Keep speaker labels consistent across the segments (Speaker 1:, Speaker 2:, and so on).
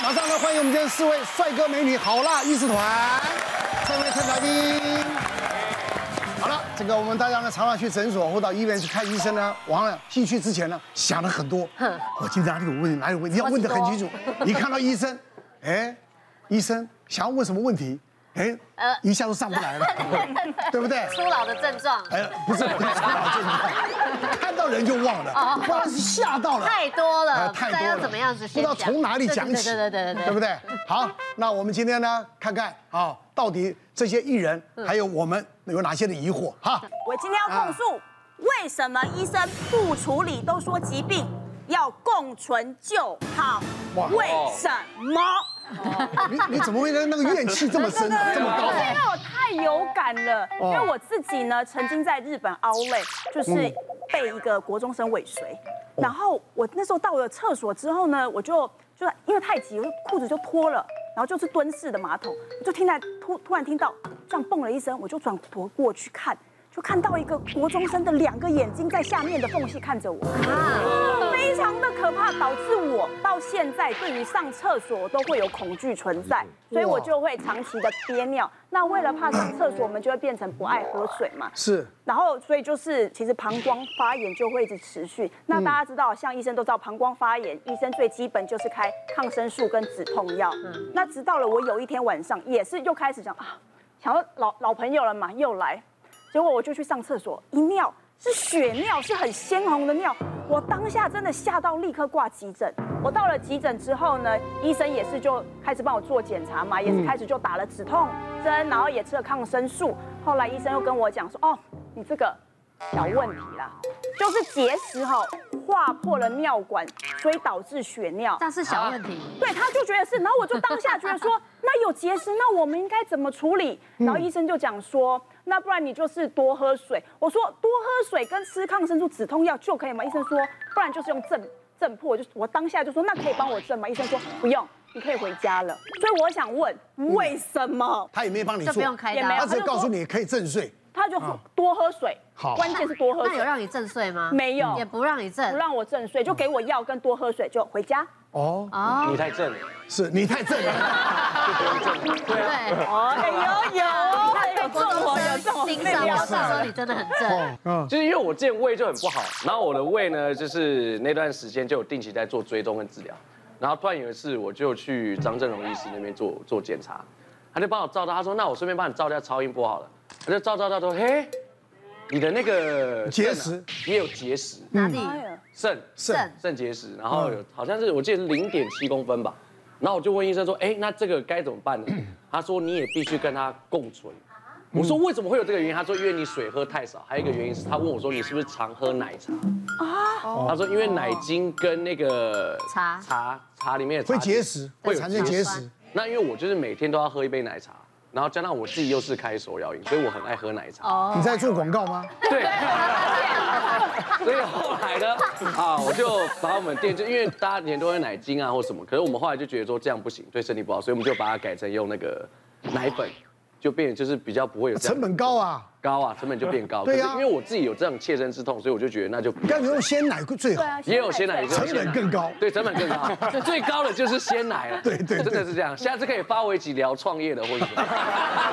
Speaker 1: 我们今天四位帅哥美女好辣艺术团，三位特来宾。好了，这个我们大家呢常常去诊所或到医院去看医生呢，完了进去之前呢想了很多，我今天哪里有问题，哪里有问题，要问得很清楚。你看到医生，哎，医生想要问什么问题，哎，一下都上不来了，对不对？
Speaker 2: 初老的症状
Speaker 1: 哎，不是， 不是老症状，看到人就忘了，不然是吓到了。
Speaker 2: 哦太多
Speaker 1: 哎
Speaker 2: 了，不
Speaker 1: 太
Speaker 2: 知
Speaker 1: 多
Speaker 2: 道
Speaker 1: 了，
Speaker 2: 要怎么样子
Speaker 1: 不
Speaker 2: 先
Speaker 1: 知道
Speaker 2: 讲，
Speaker 1: 从哪里讲起，
Speaker 2: 对对对对对
Speaker 1: 对不
Speaker 2: 对。
Speaker 1: 对？好，那我们今天呢，看看啊，到底这些艺人
Speaker 2: 嗯
Speaker 1: 还有我们有哪些的疑惑哈？
Speaker 3: 我今天要控诉，为什么医生不处理都说疾病要共存就好
Speaker 1: 哇？
Speaker 3: 为什么？
Speaker 1: 你你怎么会那个怨气这么深啊，这么高
Speaker 3: 因为
Speaker 1: 啊？
Speaker 3: 我太有感了，因为我自己呢曾经在日本 outlet 就是被一个国中生尾随，然后我那时候到了厕所之后呢，我就就因为太急，我就裤子就脱了。然后就是蹲式的马桶，就听到突突然听到这样蹦了一声，我就转头过去看，就看到一个国中生的两个眼睛在下面的缝隙看着我，非常的可怕，导致我到现在对于上厕所都会有恐惧存在，所以我就会长期的憋尿。那为了怕上厕所，我们就会变成不爱喝水嘛。
Speaker 1: 是
Speaker 3: 然后，所以就是其实膀胱发炎就会一直持续。那大家知道，像医生都知道，膀胱发炎，医生最基本就是开抗生素跟止痛药。那直到了我有一天晚上，也是又开始讲啊，想要老老朋友了嘛，又来，结果我就去上厕所，一尿是血尿，是很鲜红的尿。我当下真的吓到，立刻挂急诊。我到了急诊之后呢，医生也是就开始帮我做检查嘛，也是开始就打了止痛针，然后也吃了抗生素。后来医生又跟我讲说，哦，你这个小问题啦，就是结石哈、划破了尿管，所以导致血尿。
Speaker 2: 但是小问题，
Speaker 3: 对，他就觉得是，然后我就当下觉得说，那有结石，那我们应该怎么处理？然后医生就讲说，那不然你就是多喝水。我说多喝水跟吃抗生素止痛药就可以吗？医生说，不然就是用震震破，就我当下就说，那可以帮我震吗？医生说不用，你可以回家了。所以我想问，为什么？
Speaker 1: 他也啊没帮你
Speaker 2: 就
Speaker 1: 做，
Speaker 2: 不用开
Speaker 3: 也没
Speaker 1: 他
Speaker 2: 刀
Speaker 3: 有。
Speaker 1: 只是告诉你可以正睡。
Speaker 3: 他就说多喝水，
Speaker 1: 好
Speaker 3: 关键是多喝
Speaker 2: 那有
Speaker 3: 水，
Speaker 2: 让你震碎吗？
Speaker 3: 没有
Speaker 2: 也不让你
Speaker 3: 不
Speaker 2: 震。
Speaker 3: 让我震睡，就给我药跟多喝水，就回家。
Speaker 1: 哦，
Speaker 2: 哦，
Speaker 4: 你太正了，
Speaker 1: 是你太正了，
Speaker 2: 对，
Speaker 3: 哦，哎呦有，哎有
Speaker 2: 国
Speaker 3: 这
Speaker 2: 中
Speaker 3: 我有这
Speaker 2: 生
Speaker 3: 种
Speaker 2: 盯
Speaker 3: 被
Speaker 2: 上
Speaker 3: 撩
Speaker 2: 我
Speaker 3: 到
Speaker 2: 是说你真的很正。
Speaker 1: 嗯，
Speaker 4: 就是因为我之前胃就很不好，然后我的胃呢，就是那段时间就有定期在做追踪跟治疗，然后突然有一次我就去张振荣医师那边做做检查，他就帮我照到，他说那我顺便帮你照一下超音波好了，他就照照照说嘿，你的那个
Speaker 1: 结
Speaker 4: 肾
Speaker 1: 石
Speaker 4: 啊
Speaker 1: 嗯
Speaker 4: 也有结石，
Speaker 2: 哪里？
Speaker 3: 哎呦
Speaker 4: 肾
Speaker 1: 肾
Speaker 4: 肾结石，然后
Speaker 1: 嗯
Speaker 4: 有好像是我记得零点七公分吧，然后我就问医生说，哎，那这个该怎么 办呢？他说你也必须跟它共存。
Speaker 1: 嗯
Speaker 4: 我说为什么会有这个原因？他说因为你水喝太少，还有一个原因是他问我说你是不是常喝奶茶？
Speaker 1: 哦
Speaker 4: 啊，他说因为奶精跟那个
Speaker 2: 茶
Speaker 4: 茶茶里面的茶
Speaker 1: 会结石，会产生结
Speaker 2: 会有
Speaker 1: 石
Speaker 2: 结。
Speaker 4: 那因为我就是每天都要喝一杯奶茶，然后加上我自己又是开手摇饮，所以我很爱喝奶茶。
Speaker 2: 哦，
Speaker 1: 你在做广告吗？
Speaker 4: 对，所以后来呢，啊，我就把我们店就因为大家以前都会奶精啊或什么，可是我们后来就觉得说这样不行，对身体不好，所以我们就把它改成用那个奶粉，就变就是比较不会有这样
Speaker 1: 成本高啊，
Speaker 4: 高啊，成本就变高。
Speaker 1: 对
Speaker 4: 可
Speaker 1: 啊
Speaker 4: 是因为我自己有这样切身之痛，所以我就觉得那就
Speaker 1: 干脆用鲜奶最好
Speaker 3: 对，啊，
Speaker 4: 也有鲜奶，也有
Speaker 1: 成
Speaker 4: 鲜奶
Speaker 1: 本更高。
Speaker 4: 对，成本更高， 最高的就是鲜奶了。
Speaker 1: 对对对
Speaker 4: 真的是这样。下次可以发我一起聊创业的或者什么。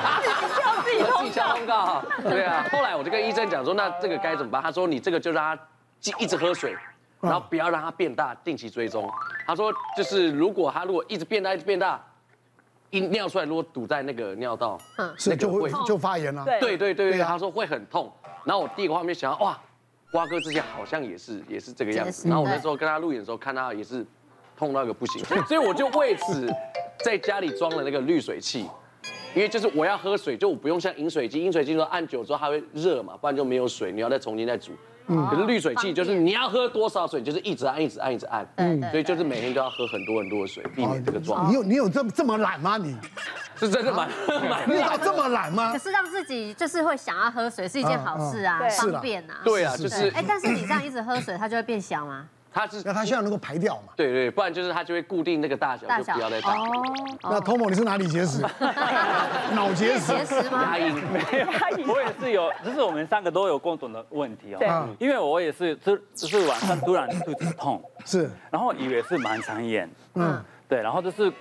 Speaker 3: 自己
Speaker 4: 自己下通告哈，对啊。后来我就跟医生讲说，那这个该怎么办？他说你这个就让他继一直喝水，然后不要让它变大，定期追踪。他说就是如果他如果一直变大，一直变大，一尿出来如果堵在那个尿道，
Speaker 1: 是就会就发炎了。
Speaker 3: 对
Speaker 4: 对对对
Speaker 1: 对
Speaker 4: 对，
Speaker 1: 啊
Speaker 4: 他说会很痛。然后我第一个画面想到哇，瓜哥之前好像也是也是这个样
Speaker 2: 真的是
Speaker 4: 子。然后我那时候跟他录影的时候，看他也是痛到一个不行，所以我就为此在家里装了那个滤水器。因为就是我要喝水，就我不用像饮水机，饮水机说按久之后它会热嘛，不然就没有水，你要再重新再煮。可是滤水器就是你要喝多少水，就是一直按，一直按，一直按。
Speaker 2: 对对
Speaker 4: 所以就是每天都要喝很多很多的水，避免这个状
Speaker 1: 你
Speaker 4: 况。
Speaker 1: 有你有这么这么懒吗？你
Speaker 4: 是真的蛮蛮
Speaker 1: 你有到这么懒吗
Speaker 2: 可？是让自己就是会想要喝水是一件好事啊
Speaker 3: 嗯嗯，
Speaker 1: 对
Speaker 2: 方便啊。
Speaker 4: 对啊，
Speaker 1: 是是
Speaker 4: 就是是
Speaker 2: 哎，但是你这样一直喝水，它就会变小吗？
Speaker 4: 它是
Speaker 1: 那它希望能够排掉嘛。
Speaker 4: 对对，不然就是它就会固定那个大小，
Speaker 2: 大
Speaker 4: 就
Speaker 2: 小
Speaker 4: 不要再
Speaker 3: 哦
Speaker 4: 大。
Speaker 1: 那 Tomo 你是哪里结石？ 脑哦结石。
Speaker 2: 结石吗
Speaker 4: 压？音
Speaker 5: 我也是有，就是我们三个都有共同的问题
Speaker 3: 对
Speaker 2: 啊
Speaker 5: 哦。因为我也是，就就是晚上突然肚子痛，
Speaker 1: 是
Speaker 5: 然后以为是盲肠炎，
Speaker 1: 嗯
Speaker 5: 对，然后就是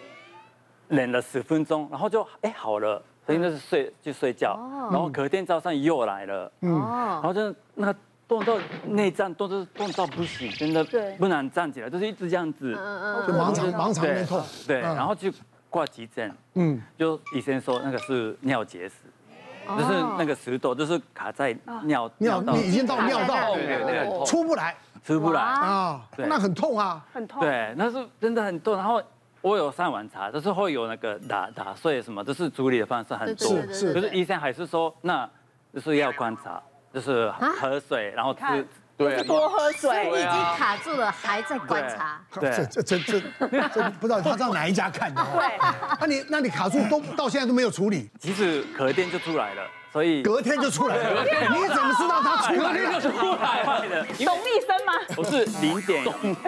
Speaker 5: 冷了十分钟，然后就哎好了，所以那是睡去睡觉，然后隔天早上又来了，
Speaker 1: 嗯
Speaker 5: 然
Speaker 2: 哦，
Speaker 5: 后就那个动到内脏动到动到不行，真的
Speaker 3: 对
Speaker 5: 不能站起来，就是一直这样子，
Speaker 2: 嗯
Speaker 1: 就盲肠盲肠
Speaker 5: 对
Speaker 1: 那痛，
Speaker 5: 对，
Speaker 1: 嗯
Speaker 5: 然后去挂急诊，
Speaker 1: 嗯，
Speaker 5: 就医生说那个是尿结石，
Speaker 2: 嗯
Speaker 5: 就是那个石头就是卡在尿
Speaker 1: 尿
Speaker 5: 道
Speaker 1: 你已经到尿道
Speaker 4: 痛哎，那个很痛。
Speaker 1: 出不来
Speaker 5: 出不来
Speaker 2: 哇。
Speaker 1: 啊，
Speaker 5: 对
Speaker 1: 那很痛啊，
Speaker 3: 很痛。
Speaker 5: 对，那是真的很痛。然后我有上网查，就是会有那个打打碎什么，就是处理的方式很多。
Speaker 1: 是是
Speaker 5: 可是医生还是说，那就是要观察，就是
Speaker 2: 啊
Speaker 5: 喝水，然后
Speaker 3: 看
Speaker 5: 吃。
Speaker 4: 对啊，
Speaker 3: 多喝
Speaker 2: 所以
Speaker 3: 水
Speaker 2: 已，经卡住了，还在观察。
Speaker 5: 对
Speaker 1: 这这这这 这不知道他上哪一家看的哦，
Speaker 3: 对，
Speaker 1: 那你那你卡住都到现在都没有处理，
Speaker 5: 其实隔天就出来了，所以
Speaker 1: 隔天就出来了，你怎么知道他出来了？
Speaker 5: 出来 了。 因为
Speaker 3: 懂一生吗？
Speaker 5: 我是零点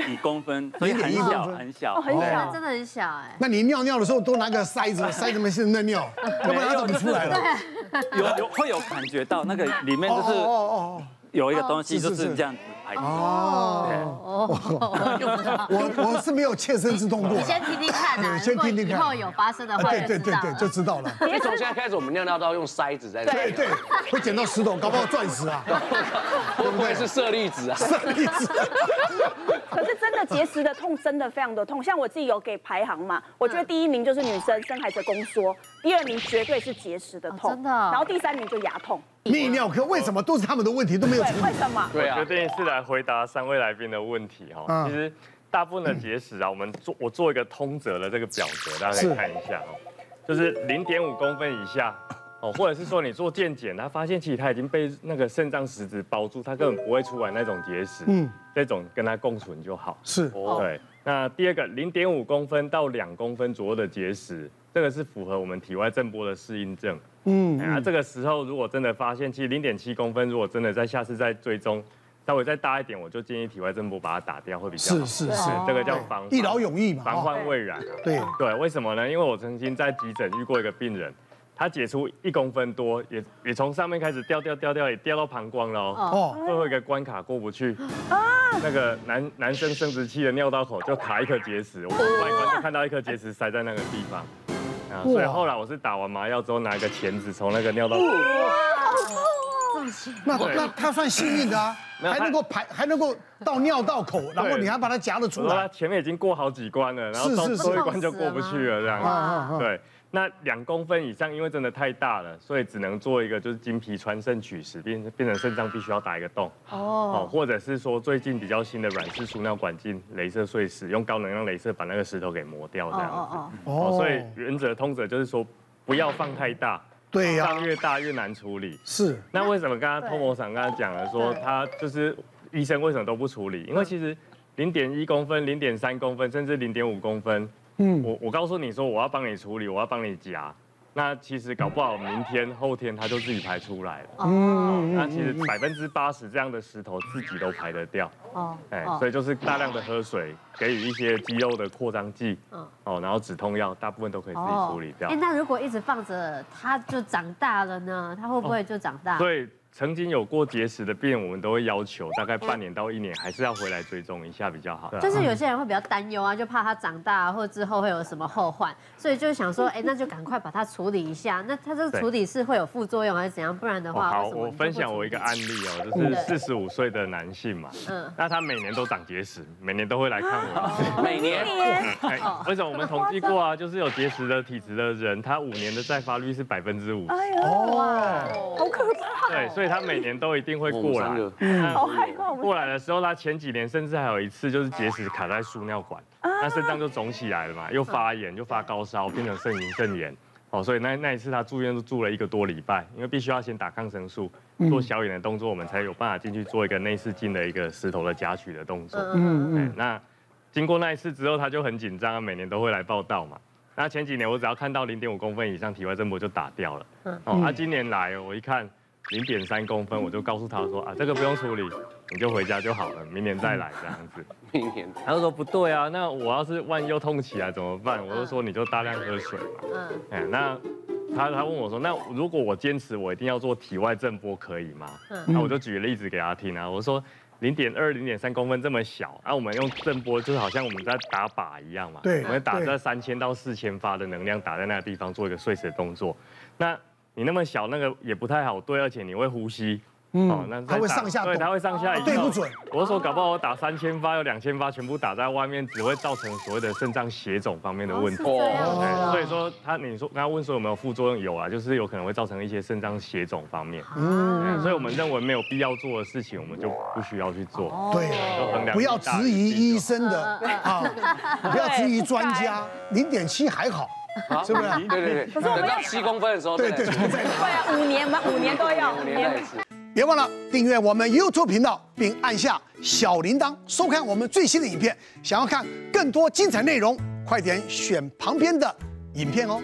Speaker 5: 一 公分，所以很
Speaker 1: 0.1
Speaker 5: 小
Speaker 1: 公分
Speaker 5: 很小
Speaker 3: 哦，。很
Speaker 5: 对
Speaker 3: 小
Speaker 2: 真。的很小哎，
Speaker 1: 那你尿尿的时候都拿个塞子，塞子里面是那尿，要不然他怎么出来了？
Speaker 5: 有有会有感觉到那个里面就
Speaker 1: 哦
Speaker 5: 是
Speaker 1: 哦
Speaker 5: 有一个东西
Speaker 1: 是是
Speaker 5: 就是是这样子排出
Speaker 1: 哦。哦，
Speaker 2: 哦，
Speaker 1: 我我是没有切身之痛过
Speaker 2: 你
Speaker 1: 啦，
Speaker 2: 先听听看啊，
Speaker 1: 对先听听看
Speaker 2: 如果以后有发生的
Speaker 1: 啊
Speaker 2: 话
Speaker 1: 对
Speaker 2: 就
Speaker 1: 对
Speaker 2: 知
Speaker 1: 对
Speaker 2: 道
Speaker 1: 对，就
Speaker 2: 了。
Speaker 1: 知道了。
Speaker 4: 所以哎从现在开始，我们尿尿都要用筛子在
Speaker 1: 对
Speaker 4: 这啊
Speaker 1: 对，会捡到石头，搞不好钻石啊，
Speaker 4: 会不会是舍利子啊？
Speaker 1: 一直
Speaker 3: 可是真的结石的痛真的非常的痛，像我自己有给排行嘛，我觉得第一名就是女生生孩子的宫缩，第二名绝对是结石的痛，
Speaker 2: 哦真的哦
Speaker 3: 然后第三名就牙痛，
Speaker 1: 泌尿科为什么都是他们的问题都没有
Speaker 3: 对
Speaker 1: 处，
Speaker 3: 为
Speaker 1: 理？
Speaker 3: 什么？
Speaker 4: 对
Speaker 6: 我
Speaker 4: 啊
Speaker 6: 决，定是来回答三位来宾的问题哈、
Speaker 1: 嗯
Speaker 6: 其实大部分的结石啊，我们做我做一个通则的这个表格，大家可
Speaker 1: 是
Speaker 6: 以看一下哦，就是零点五公分以下哦，或者是说你做健检，他发现其实它已经被那个肾脏实质包住，它根本不会出来那种结石，
Speaker 1: 嗯
Speaker 6: 嗯，这种跟它共存就好。
Speaker 1: 是
Speaker 6: 对，那第二个零点五公分到两公分左右的结石，这个是符合我们体外震波的适应症。嗯，那、这个时候如果真的发现，其实零点七公分，如果真的在下次再追踪，稍微再大一点，我就建议体外震波把它打掉会比较好。
Speaker 1: 是是是，
Speaker 6: 这个叫防
Speaker 1: 一劳永逸嘛，
Speaker 6: 防
Speaker 1: 哦
Speaker 6: 患未然啊。
Speaker 1: 对，
Speaker 6: 对，为什么呢？因为我曾经在急诊遇过一个病人，他解出一公分多，也也从上面开始掉掉掉掉，也掉到膀胱了哦。
Speaker 1: 哦，
Speaker 6: 最后一个关卡过不去，
Speaker 1: 啊
Speaker 6: 那个男男生生殖器的尿道口就卡一颗结石，我外观就看到一颗结石塞在那个地方。啊，所以后来我是打完麻药之后拿一个钳子从那个尿道，
Speaker 1: 那那他算幸运的啊，还能够排，还能够到尿道口，然后你还把它夹了出
Speaker 6: 我说他啊
Speaker 1: 来，
Speaker 6: 前面已经过好几关了，然后
Speaker 1: 是
Speaker 6: 多
Speaker 1: 是是
Speaker 6: 多一关就过不去了这
Speaker 1: 啊
Speaker 6: 样。
Speaker 1: 啊啊！
Speaker 6: 对，那两公分以上，因为真的太大了，所以只能做一个就是经皮穿肾取石，变变成肾脏必须要打一个洞。哦，
Speaker 2: 哦，
Speaker 6: 或者是说最近比较新的软式输尿管镜，镭射碎石，用高能量镭射把那个石头给磨掉这样子。
Speaker 2: 哦
Speaker 6: 哦所以原则通则就是说不要放太大，
Speaker 1: 对呀、
Speaker 6: 放越大越难处理。
Speaker 1: 是
Speaker 6: 那为什么刚刚通谋长刚刚讲了说他就是医生为什么都不处
Speaker 2: 嗯
Speaker 6: 理？因为其实零点一公分、零点三公分，甚至零点五公分，嗯，我我告诉你说我要帮你处理，我要帮你夹，那其实搞不好明天后天他就自己排出来了。嗯
Speaker 2: 哦
Speaker 6: 那其实百分之八十这样的石头自己都排得掉，
Speaker 2: 哦
Speaker 6: 哎，
Speaker 2: 哦
Speaker 6: 所以就是大量的喝水，给予一些肌肉的扩张剂，
Speaker 2: 嗯
Speaker 6: 哦，然后止痛药，大部分都可以自己处理掉
Speaker 2: 哎，。那如果一直放着，它就长大了呢？它会不
Speaker 6: 哦
Speaker 2: 会就长大？
Speaker 6: 所以曾经有过结石的病人，我们都会要求大概半年到一年还是要回来追踪一下比较好。
Speaker 2: 就是有些人会比较担忧啊，就怕它长大、啊、或者之后会有什么后患，所以就想说，哎，那就赶快把它处理一下。那它这个
Speaker 6: 嗯对
Speaker 2: 处理是会有副作用还是怎样？不然的
Speaker 6: 哦、
Speaker 2: 话，
Speaker 6: 好，
Speaker 2: 啊为什么
Speaker 6: 我
Speaker 2: 你就不
Speaker 6: 分享
Speaker 2: 处理
Speaker 6: 我一个案例哦，就是四十五岁的男性嘛，
Speaker 2: 嗯哦
Speaker 6: 那他每年都长结石，每年都会来看我。
Speaker 4: 每年
Speaker 6: 哎， 为什么我们统计过啊？就是有结石的体质的人，他五年的再发率是百分之
Speaker 2: 哎
Speaker 6: 五十。
Speaker 1: 哦，
Speaker 3: 好可怕，
Speaker 6: 对，所以他每年都一定会
Speaker 4: 我们
Speaker 6: 过
Speaker 4: 三
Speaker 6: 来。
Speaker 4: 个
Speaker 3: 好害怕，我们
Speaker 6: 过来的时候，他前几年甚至还有一次就是结石卡在输尿管，
Speaker 2: 啊
Speaker 6: 那肾脏就肿起来了嘛，又发炎，又发高烧，变成肾炎肾炎。哦，所以那那一次他住院就住了一个多礼拜，因为必须要先打抗生素，
Speaker 2: 嗯
Speaker 6: 做小眼的动作，我们才有办法进去做一个内视镜的一个石头的夹取的动作。
Speaker 2: 嗯嗯
Speaker 6: 哎那经过那一次之后，他就很紧张，啊每年都会来报道嘛。那前几年我只要看到零点五公分以上体外震波就打掉了。
Speaker 2: 嗯
Speaker 6: 哦，他、今年来我一看零点三公分，我就告诉他说啊，这个不用处理，你就回家就好了，明年再来这样子。
Speaker 4: 明年
Speaker 6: 他就说不对啊，那我要是万一又痛起来怎么办？我就说你就大量喝水嘛。
Speaker 2: 嗯嗯，
Speaker 6: 哎，那他他问我说，那如果我坚持我一定要做体外震波可以吗？那我就举例子给他听啊，我说零点二、零点三公分这么小，啊，我们用震波就是好像我们在打靶一样嘛，
Speaker 1: 对
Speaker 6: 我们打
Speaker 1: 对
Speaker 6: 这三千到四千发的能量打在那个地方做一个碎石的动作，那你那么小那个也不太好对，而且你会呼吸。哦，那
Speaker 1: 嗯它会
Speaker 6: 再打
Speaker 1: 上下
Speaker 6: 对，
Speaker 1: 动
Speaker 6: 它会上下移动，
Speaker 1: 对不准
Speaker 6: 我说搞不好我打三千发，有两千发全部打在外面，只会造成所谓的肾脏血肿方面的问题。
Speaker 2: 哦是这样子
Speaker 6: 对
Speaker 2: 啊
Speaker 6: 所以说他你说刚刚问说有没有副作用，有啊，就是有可能会造成一些肾脏血肿方面。嗯，所以我们认为没有必要做的事情，我们就不需要去
Speaker 2: 哦
Speaker 6: 做。
Speaker 1: 对，
Speaker 6: 就衡量
Speaker 1: 不要质疑医生的
Speaker 2: 嗯嗯
Speaker 1: 啊，不要质疑专家，零点七还好，
Speaker 4: 啊
Speaker 1: 是不是
Speaker 4: 对对 对，
Speaker 3: 是我们
Speaker 4: 等
Speaker 3: 要
Speaker 4: 到七公分的时候再
Speaker 1: 对
Speaker 4: 来
Speaker 1: 对
Speaker 4: 做，
Speaker 1: 对，在
Speaker 3: 对啊，五年嘛，五年都要，
Speaker 4: 五年再一次。
Speaker 1: 别忘了订阅我们 YouTube 频道，并按下小铃铛，收看我们最新的影片。想要看更多精彩内容，快点选旁边的影片哦。